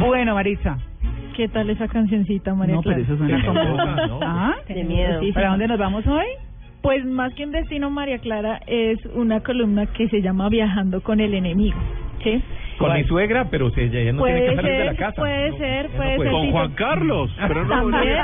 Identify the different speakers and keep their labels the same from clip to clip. Speaker 1: Bueno, Maritza.
Speaker 2: ¿Qué tal esa cancioncita, María
Speaker 1: No, pero
Speaker 2: Clara?
Speaker 1: eso suena como...
Speaker 3: Boca, ¿no?
Speaker 1: ¿Ah?
Speaker 4: De miedo.
Speaker 1: ¿Para dónde nos vamos hoy?
Speaker 2: Pues más que un destino, María Clara, es una columna que se llama Viajando con el enemigo. ¿Sí?
Speaker 3: Con mi suegra, pero si ella, ella no tiene
Speaker 2: Puede
Speaker 3: que salir de la
Speaker 2: ser,
Speaker 3: casa.
Speaker 2: puede
Speaker 3: No,
Speaker 2: ser,
Speaker 3: ella no
Speaker 2: puede ser.
Speaker 3: Con
Speaker 2: sí,
Speaker 3: Juan
Speaker 5: Carlos, pero
Speaker 2: También.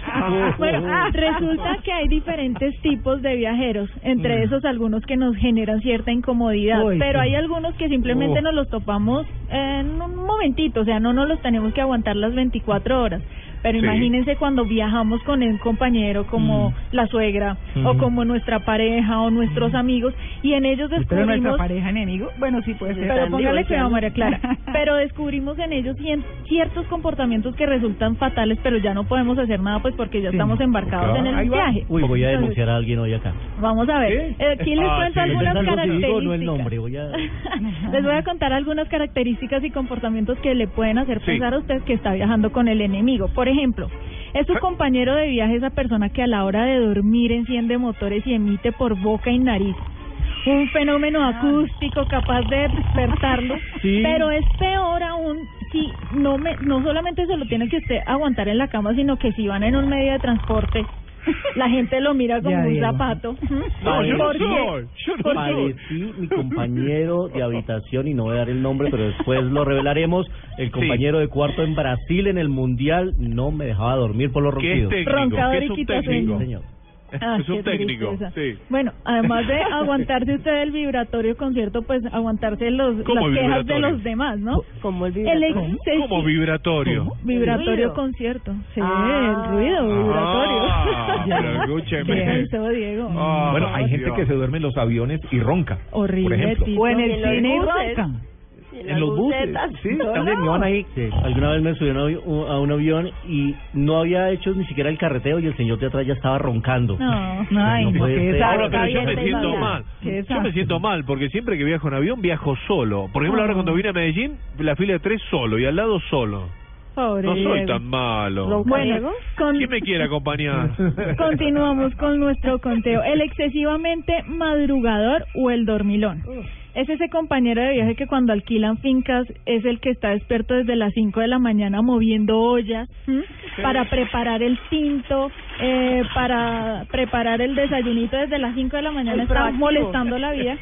Speaker 2: bueno, ah, resulta que hay diferentes tipos de viajeros, entre esos algunos que nos generan cierta incomodidad,
Speaker 1: Mm. Uy,
Speaker 2: pero
Speaker 1: sí.
Speaker 2: hay algunos que simplemente
Speaker 3: Oh.
Speaker 2: nos los topamos en un momentito, o sea, no nos los tenemos que aguantar las 24 horas. Pero
Speaker 3: Sí.
Speaker 2: imagínense cuando viajamos con un compañero como
Speaker 1: Mm.
Speaker 2: la suegra o
Speaker 3: Ujú.
Speaker 2: como nuestra pareja o nuestros amigos y en ellos
Speaker 1: ¿Pero Mm. nuestra
Speaker 2: descubrimos
Speaker 1: pareja enemigo? Bueno, sí puede ser.
Speaker 2: pero póngale
Speaker 4: divorciando.
Speaker 2: cuidado, María Clara. Pero descubrimos en ellos cien- ciertos comportamientos que resultan fatales, pero ya no podemos hacer nada, pues porque ya
Speaker 1: Sí.
Speaker 2: estamos embarcados
Speaker 3: Claro,
Speaker 2: en el
Speaker 3: ahí va.
Speaker 2: viaje.
Speaker 5: Uy, voy a denunciar a alguien hoy acá.
Speaker 2: Vamos a ver.
Speaker 3: ¿Sí?
Speaker 2: Eh, Aquí les
Speaker 3: Ah,
Speaker 2: cuento
Speaker 3: sí,
Speaker 2: algunas
Speaker 5: ¿verdad? Lo que
Speaker 2: características.
Speaker 5: digo no es nombre, voy a-
Speaker 2: les voy a contar algunas características y comportamientos que le pueden hacer
Speaker 3: Sí.
Speaker 2: pensar a usted que está viajando con el enemigo. Por ejemplo, es su compañero de viaje esa persona que a la hora de dormir enciende motores y emite por boca y nariz. Un fenómeno acústico capaz de despertarlo,
Speaker 5: Sí.
Speaker 2: pero es peor aún si no me, no solamente se lo tiene que usted aguantar en la cama, sino que si van en un medio de transporte, la gente lo mira como
Speaker 1: Ya,
Speaker 2: un
Speaker 1: Diego.
Speaker 2: zapato.
Speaker 5: No, yo no
Speaker 2: Porque-
Speaker 3: soy, yo no
Speaker 2: porque-
Speaker 3: soy.
Speaker 5: Parecí mi compañero de habitación y no voy a dar el nombre, pero después lo revelaremos. El compañero de cuarto en Brasil en el mundial no me dejaba dormir por los
Speaker 3: ¿Qué
Speaker 5: ronquidos.
Speaker 3: es técnico? ¿Qué
Speaker 2: Roncador
Speaker 3: es
Speaker 2: y
Speaker 3: un
Speaker 2: quita
Speaker 3: técnico?
Speaker 2: sueño.
Speaker 5: Señor.
Speaker 2: Ah,
Speaker 3: Es un
Speaker 2: qué
Speaker 3: técnico,
Speaker 2: tristeza.
Speaker 3: sí.
Speaker 2: Bueno, además de aguantarse usted el vibratorio concierto, pues aguantarse los,
Speaker 3: ¿Cómo
Speaker 2: las quejas de
Speaker 3: vibratorio?
Speaker 2: los demás, ¿no?
Speaker 4: Como el
Speaker 2: El
Speaker 4: vibratorio.
Speaker 2: exceso-
Speaker 3: Como vibratorio.
Speaker 2: vibratorio
Speaker 4: ruido.
Speaker 2: concierto. Sí,
Speaker 4: Ah.
Speaker 2: el ruido vibratorio.
Speaker 3: Ah,
Speaker 2: Ya.
Speaker 3: pero escúcheme.
Speaker 2: ¿Qué es eso, Diego?
Speaker 3: Ah,
Speaker 6: Bueno, hay gente
Speaker 3: Dios.
Speaker 6: que se duerme en los aviones y ronca.
Speaker 2: Horrible,
Speaker 6: Por ejemplo,
Speaker 2: tipo.
Speaker 1: O en el
Speaker 4: Y en los
Speaker 1: cine y
Speaker 4: buses.
Speaker 1: ronca.
Speaker 6: en los buses. Sí, también iban ahí.
Speaker 5: Sí, alguna vez me subí a un avi- u- a un avión y no había hecho ni siquiera el carreteo y el señor de atrás ya estaba roncando.
Speaker 2: No.
Speaker 1: Ay,
Speaker 5: No
Speaker 1: no,
Speaker 5: puede
Speaker 1: qué
Speaker 5: ser.
Speaker 1: desastre.
Speaker 3: Ahora, pero yo me
Speaker 4: Está
Speaker 3: siento
Speaker 4: bien,
Speaker 3: mal.
Speaker 1: Qué
Speaker 3: Yo me
Speaker 1: desastre.
Speaker 3: siento mal porque siempre que viajo en avión viajo solo. Por ejemplo, ahora cuando vine a Medellín, la fila de tres solo y al lado solo.
Speaker 2: Pobre
Speaker 3: No soy
Speaker 2: Diego.
Speaker 3: tan malo.
Speaker 4: Ronca.
Speaker 2: Bueno,
Speaker 4: Diego.
Speaker 2: con-
Speaker 3: ¿Quién me quiere acompañar?
Speaker 2: Continuamos con nuestro conteo. El excesivamente madrugador o el dormilón. Es ese compañero de viaje que cuando alquilan fincas es el que está despierto desde las 5 de la mañana moviendo ollas ¿m?
Speaker 6: ¿Mm?
Speaker 2: para preparar el tinto, eh, para preparar el desayunito desde las 5 de la mañana,
Speaker 4: El
Speaker 2: está
Speaker 4: proactivo.
Speaker 2: molestando la vida.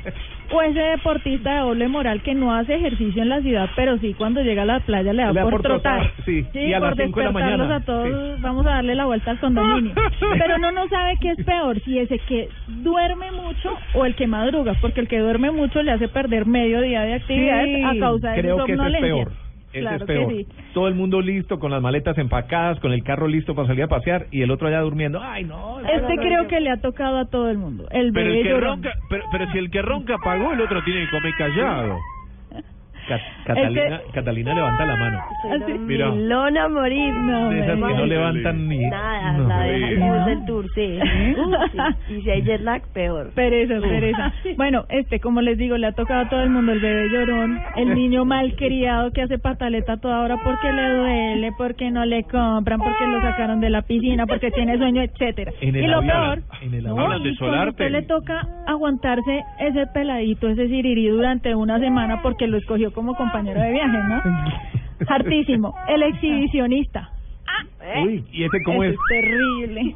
Speaker 2: O ese deportista de doble moral que no hace ejercicio en la ciudad, pero sí cuando llega a la playa le da por, trotar.
Speaker 6: sí, y a
Speaker 2: por
Speaker 6: las cinco de
Speaker 2: despertarlos
Speaker 6: la mañana,
Speaker 2: a todos, vamos a darle la vuelta al condominio. Pero uno no sabe qué es peor, si ese que duerme mucho o el que madruga, porque el que duerme mucho le hace perder medio día de actividades
Speaker 6: Sí,
Speaker 2: a causa de
Speaker 6: creo
Speaker 2: su
Speaker 6: que ese es
Speaker 2: somnolencia.
Speaker 6: peor. Ese
Speaker 2: claro
Speaker 6: es peor.
Speaker 2: que sí.
Speaker 6: Todo el mundo listo, con las maletas empacadas, con el carro listo para salir a pasear y el otro allá durmiendo. Ay, no.
Speaker 2: Este creo que le ha tocado a todo el mundo. El
Speaker 3: Pero, el
Speaker 2: bebé
Speaker 3: que
Speaker 2: llorón.
Speaker 3: ronca, pero, pero si el que ronca pagó, el otro tiene que comer callado.
Speaker 6: Ca- Catalina,
Speaker 2: Este-
Speaker 6: Catalina levanta la mano.
Speaker 2: Así.
Speaker 3: Mira.
Speaker 4: Milona a morir.
Speaker 2: Ah, No,
Speaker 6: De esas que no
Speaker 2: Ay,
Speaker 6: levantan ni.
Speaker 4: Nada,
Speaker 6: no.
Speaker 4: la de
Speaker 3: sí.
Speaker 4: la del tour, sí. Uh, sí. Y si hay jet lag, peor.
Speaker 2: Pereza, pereza. Bueno, este, como les digo, le ha tocado a todo el mundo el bebé llorón, el niño malcriado que hace pataleta a toda hora porque le duele, porque no le compran, porque lo sacaron de la piscina, porque tiene sueño, etcétera.
Speaker 6: En el
Speaker 2: y lo
Speaker 6: avión,
Speaker 2: peor,
Speaker 6: en el
Speaker 2: no,
Speaker 6: avión.
Speaker 3: Hablan de
Speaker 2: y cuando
Speaker 3: Solarte.
Speaker 2: usted le toca aguantarse ese peladito, ese sirirí durante una semana porque lo escogió como compañero de viaje, ¿no? Hartísimo. El exhibicionista.
Speaker 6: Uy, ¿y ese cómo
Speaker 2: Eh, Eso
Speaker 6: es?
Speaker 2: terrible.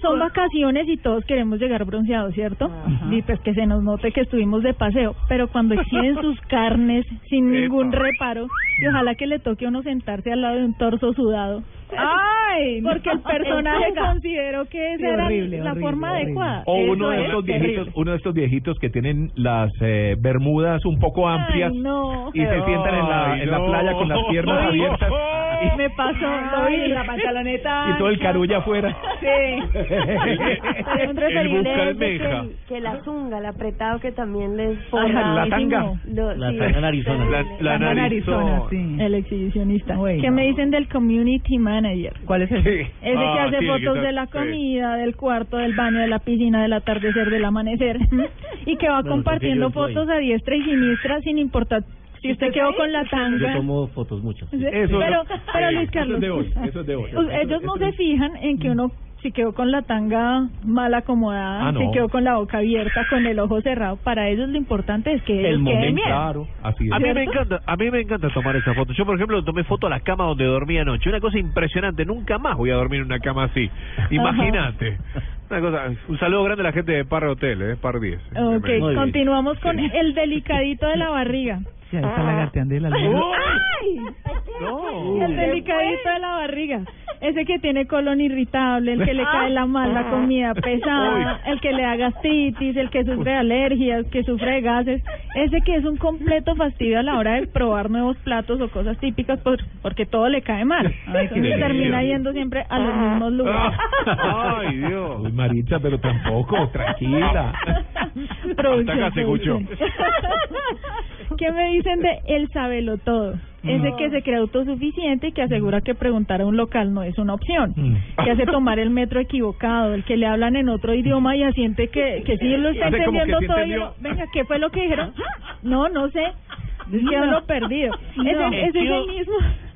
Speaker 2: Son vacaciones y todos queremos llegar bronceados, ¿cierto? Y pues que se nos note que estuvimos de paseo, pero cuando exhiben sus carnes sin
Speaker 3: Epa.
Speaker 2: ningún reparo, y ojalá que le toque a uno sentarse al lado de un torso sudado.
Speaker 1: Ay, no.
Speaker 2: Porque el personaje
Speaker 4: Entonces,
Speaker 2: consideró que esa era
Speaker 1: horrible,
Speaker 2: la
Speaker 1: horrible,
Speaker 2: forma
Speaker 1: horrible.
Speaker 2: adecuada.
Speaker 6: O
Speaker 2: Eso
Speaker 6: uno de
Speaker 2: es
Speaker 6: estos
Speaker 2: terrible.
Speaker 6: viejitos, uno de estos viejitos que tienen las eh, bermudas un poco amplias
Speaker 2: Ay, no.
Speaker 6: y se sientan en la, en la
Speaker 3: Ay, no.
Speaker 6: playa con las piernas
Speaker 3: Ay.
Speaker 6: abiertas y-
Speaker 2: Me pasó, lo
Speaker 1: Ay,
Speaker 2: vi.
Speaker 1: la pantaloneta.
Speaker 6: y todo el carulla afuera.
Speaker 1: Sí.
Speaker 4: Pero un
Speaker 3: El
Speaker 4: preferible
Speaker 3: busca
Speaker 4: es de
Speaker 3: almeja.
Speaker 4: que, que la zunga, el apretado que también les
Speaker 2: Ajá,
Speaker 4: forra.
Speaker 6: la tanga.
Speaker 4: Lo-
Speaker 5: La
Speaker 4: sí,
Speaker 5: tanga en Arizona.
Speaker 3: La, la
Speaker 1: Anda en Arizona,
Speaker 3: narizona.
Speaker 1: sí.
Speaker 2: El exhibicionista.
Speaker 1: Uy,
Speaker 2: ¿Qué
Speaker 1: no.
Speaker 2: me dicen del community manager?
Speaker 1: ¿Cuál es el?
Speaker 2: Ese que
Speaker 3: Ah,
Speaker 2: hace
Speaker 3: tiene que
Speaker 2: fotos
Speaker 3: estar-
Speaker 2: de la
Speaker 3: sí.
Speaker 2: comida, del cuarto, del baño, de la piscina, del atardecer, del amanecer. y que va
Speaker 5: Bueno,
Speaker 2: compartiendo
Speaker 5: porque yo soy.
Speaker 2: fotos a diestra y siniestra sin importar si usted quedó con la
Speaker 5: Yo
Speaker 2: tanga.
Speaker 5: tomo fotos muchas.
Speaker 2: Sí,
Speaker 6: Eso
Speaker 2: pero,
Speaker 6: no-
Speaker 2: pero
Speaker 6: sí,
Speaker 2: Luis
Speaker 6: eso es
Speaker 2: Carlos,
Speaker 6: de hoy, Mm. eso es de hoy.
Speaker 2: u- ellos
Speaker 6: Eso-
Speaker 2: no
Speaker 6: eso
Speaker 2: se
Speaker 6: es-
Speaker 2: fijan en que uno si quedó con la tanga mal acomodada,
Speaker 6: Ah, no.
Speaker 2: si quedó con la boca abierta, con el ojo cerrado, para ellos lo importante es que
Speaker 5: El
Speaker 2: ellos queden
Speaker 5: momento.
Speaker 2: bien.
Speaker 6: Claro, así es.
Speaker 3: A mí me
Speaker 2: ¿Cierto?
Speaker 3: encanta, a mí me encanta tomar esa foto. Yo, por ejemplo, tomé foto a la cama donde dormí anoche. Una cosa impresionante, nunca más voy a dormir en una cama así. Imagínate. Una cosa, un saludo grande a la gente de Par Hotel, eh, Par 10.
Speaker 2: Ok,
Speaker 5: Muy bien.
Speaker 2: continuamos con
Speaker 3: Sí.
Speaker 2: el delicadito de la barriga.
Speaker 1: Sí, ahí
Speaker 2: Ah.
Speaker 1: está la garteandela.
Speaker 3: ¡Oh!
Speaker 4: ¡Ay!
Speaker 3: No.
Speaker 2: El delicadito Este de la barriga. Ese que tiene colon irritable, el que le cae la
Speaker 3: Ah.
Speaker 2: mala comida pesada, el que le da gastritis, el que sufre de alergias, que sufre de gases. Ese que es un completo fastidio a la hora de probar nuevos platos o cosas típicas por- porque todo le cae mal.
Speaker 3: qué
Speaker 2: Entonces termina
Speaker 3: delicioso.
Speaker 2: yendo siempre a los mismos lugares.
Speaker 3: Ah. Ay, Dios.
Speaker 6: Uy, Maritza, pero tampoco, tranquila.
Speaker 2: Producción,
Speaker 3: Hasta acá se escuchó.
Speaker 2: producción. ¿Qué me dicen de el sabelo todo? Ese que se cree autosuficiente y que asegura que preguntar a un local no es una opción.
Speaker 6: Mm.
Speaker 2: Que hace tomar el metro equivocado, el que le hablan en otro idioma y asiente que, que sí lo está
Speaker 3: Hace como que
Speaker 2: entendiendo
Speaker 3: sí
Speaker 2: todo. y
Speaker 3: entendió.
Speaker 2: uno, Venga, ¿qué fue lo que dijeron? No, no sé.
Speaker 1: No.
Speaker 2: Quedó lo perdido.
Speaker 1: No.
Speaker 2: Ese, ese es el mismo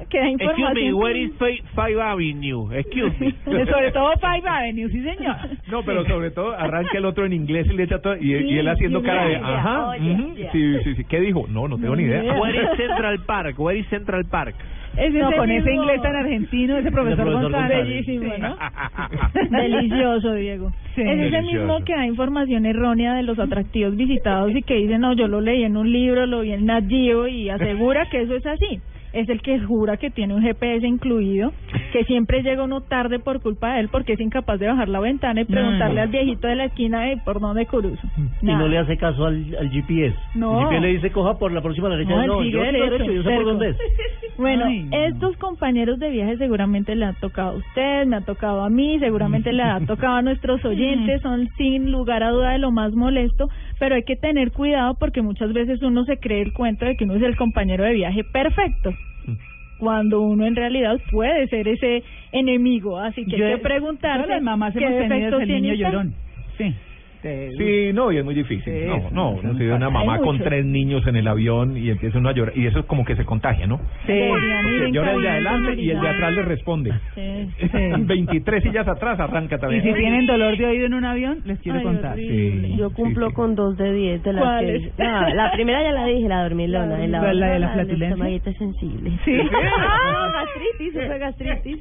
Speaker 2: que da información.
Speaker 3: Excuse me, where is Fi- Five Avenue? Excuse me.
Speaker 1: Sobre todo Five Avenue, sí, señor.
Speaker 6: No, pero sobre todo arranca el otro en inglés y le echa todo. Y, y él
Speaker 2: Sí,
Speaker 6: haciendo
Speaker 2: sí,
Speaker 6: cara de.
Speaker 4: yeah, yeah,
Speaker 6: Ajá.
Speaker 4: oh, yeah,
Speaker 6: ujú,
Speaker 4: yeah.
Speaker 6: Sí, sí, sí. ¿Qué dijo? No, no tengo ni idea.
Speaker 3: Where is
Speaker 2: este,
Speaker 3: Central Park? Where is Central Park?
Speaker 2: Ese es
Speaker 1: No,
Speaker 2: el
Speaker 1: con ese
Speaker 2: mismo-
Speaker 1: inglés tan argentino, ese
Speaker 5: profesor
Speaker 1: profesor
Speaker 5: González.
Speaker 1: González.
Speaker 2: Bellísimo, ¿no?
Speaker 3: Delicioso.
Speaker 2: Uh, Delicioso, Diego.
Speaker 1: Sí.
Speaker 2: Es ese
Speaker 3: Delicioso.
Speaker 2: mismo que da información errónea de los atractivos visitados y que dice, no, yo lo leí en un libro, lo vi en Nat Geo", y asegura que eso es así. Es el que jura que tiene un GPS incluido, que siempre llega uno tarde por culpa de él porque es incapaz de bajar la ventana y preguntarle al viejito de la esquina de por dónde cruzo.
Speaker 5: Y no
Speaker 2: Nada.
Speaker 5: le hace caso al, al GPS.
Speaker 2: No.
Speaker 5: El GPS le dice, coja por la próxima derecha.
Speaker 2: No,
Speaker 5: No,
Speaker 2: él sigue
Speaker 5: yo sigo
Speaker 2: derecho,
Speaker 5: derecho, yo sé por
Speaker 2: terco.
Speaker 5: dónde es.
Speaker 2: Bueno,
Speaker 1: Ay.
Speaker 2: estos compañeros de viaje seguramente le han tocado a usted, me ha tocado a mí, seguramente le ha tocado a nuestros oyentes, son sin lugar a duda de lo más molesto, pero hay que tener cuidado porque muchas veces uno se cree el cuento de que uno es el compañero de viaje perfecto, cuando uno en realidad puede ser ese enemigo, así que
Speaker 1: Yo
Speaker 2: hay
Speaker 1: he-
Speaker 2: que preguntarse
Speaker 1: todas las mamás
Speaker 2: qué
Speaker 1: hemos tenido
Speaker 2: defectos
Speaker 1: el
Speaker 2: tiene
Speaker 1: niño
Speaker 2: usted.
Speaker 1: llorón. Sí. Te-
Speaker 6: Sí, no, y es muy difícil.
Speaker 1: Sí,
Speaker 6: no,
Speaker 1: eso
Speaker 6: no,
Speaker 1: no,
Speaker 6: uno
Speaker 1: eso no
Speaker 6: se ve una
Speaker 2: pasa.
Speaker 6: mamá
Speaker 2: Hay
Speaker 6: con
Speaker 2: muchos.
Speaker 6: tres niños en el avión y empieza uno a llorar. Y eso es como que se contagia, ¿no?
Speaker 1: Sí.
Speaker 2: Deberían ir
Speaker 6: Porque
Speaker 2: en
Speaker 6: llora el de
Speaker 2: cabina
Speaker 6: adelante y el de
Speaker 2: autorizada.
Speaker 6: atrás le responde.
Speaker 2: Sí.
Speaker 1: Sí.
Speaker 6: 23 sillas atrás arranca
Speaker 1: Y
Speaker 6: también.
Speaker 1: si tienen dolor de oído en un avión, les quiero
Speaker 2: Ay,
Speaker 1: contar.
Speaker 2: horrible.
Speaker 6: Sí,
Speaker 4: Yo
Speaker 6: sí,
Speaker 4: cumplo
Speaker 6: sí.
Speaker 4: con dos de diez de las
Speaker 2: ¿Cuál
Speaker 4: que...
Speaker 2: es?
Speaker 4: No, la primera ya la dije, la dormilona. y
Speaker 1: ¿La- la de la
Speaker 4: otra, del
Speaker 1: flatulencia?
Speaker 4: estomaguito sensible.
Speaker 1: Sí.
Speaker 4: Ah, gastritis, eso es gastritis.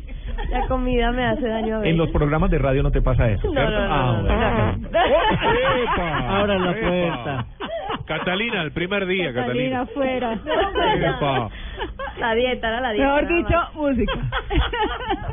Speaker 4: La comida me hace daño a veces.
Speaker 6: En los programas de radio no te pasa eso,
Speaker 4: No,
Speaker 6: ¿cierto?
Speaker 4: no, no,
Speaker 6: ah,
Speaker 4: no,
Speaker 6: bueno.
Speaker 4: no.
Speaker 3: ¡Epa!
Speaker 5: Abra la
Speaker 3: Ah, ¡Epa!
Speaker 5: puerta.
Speaker 3: Catalina, el primer día, Catalina.
Speaker 2: Catalina, fuera.
Speaker 4: La dieta, era la dieta.
Speaker 1: Mejor
Speaker 4: nada
Speaker 1: dicho,
Speaker 4: más.
Speaker 1: música.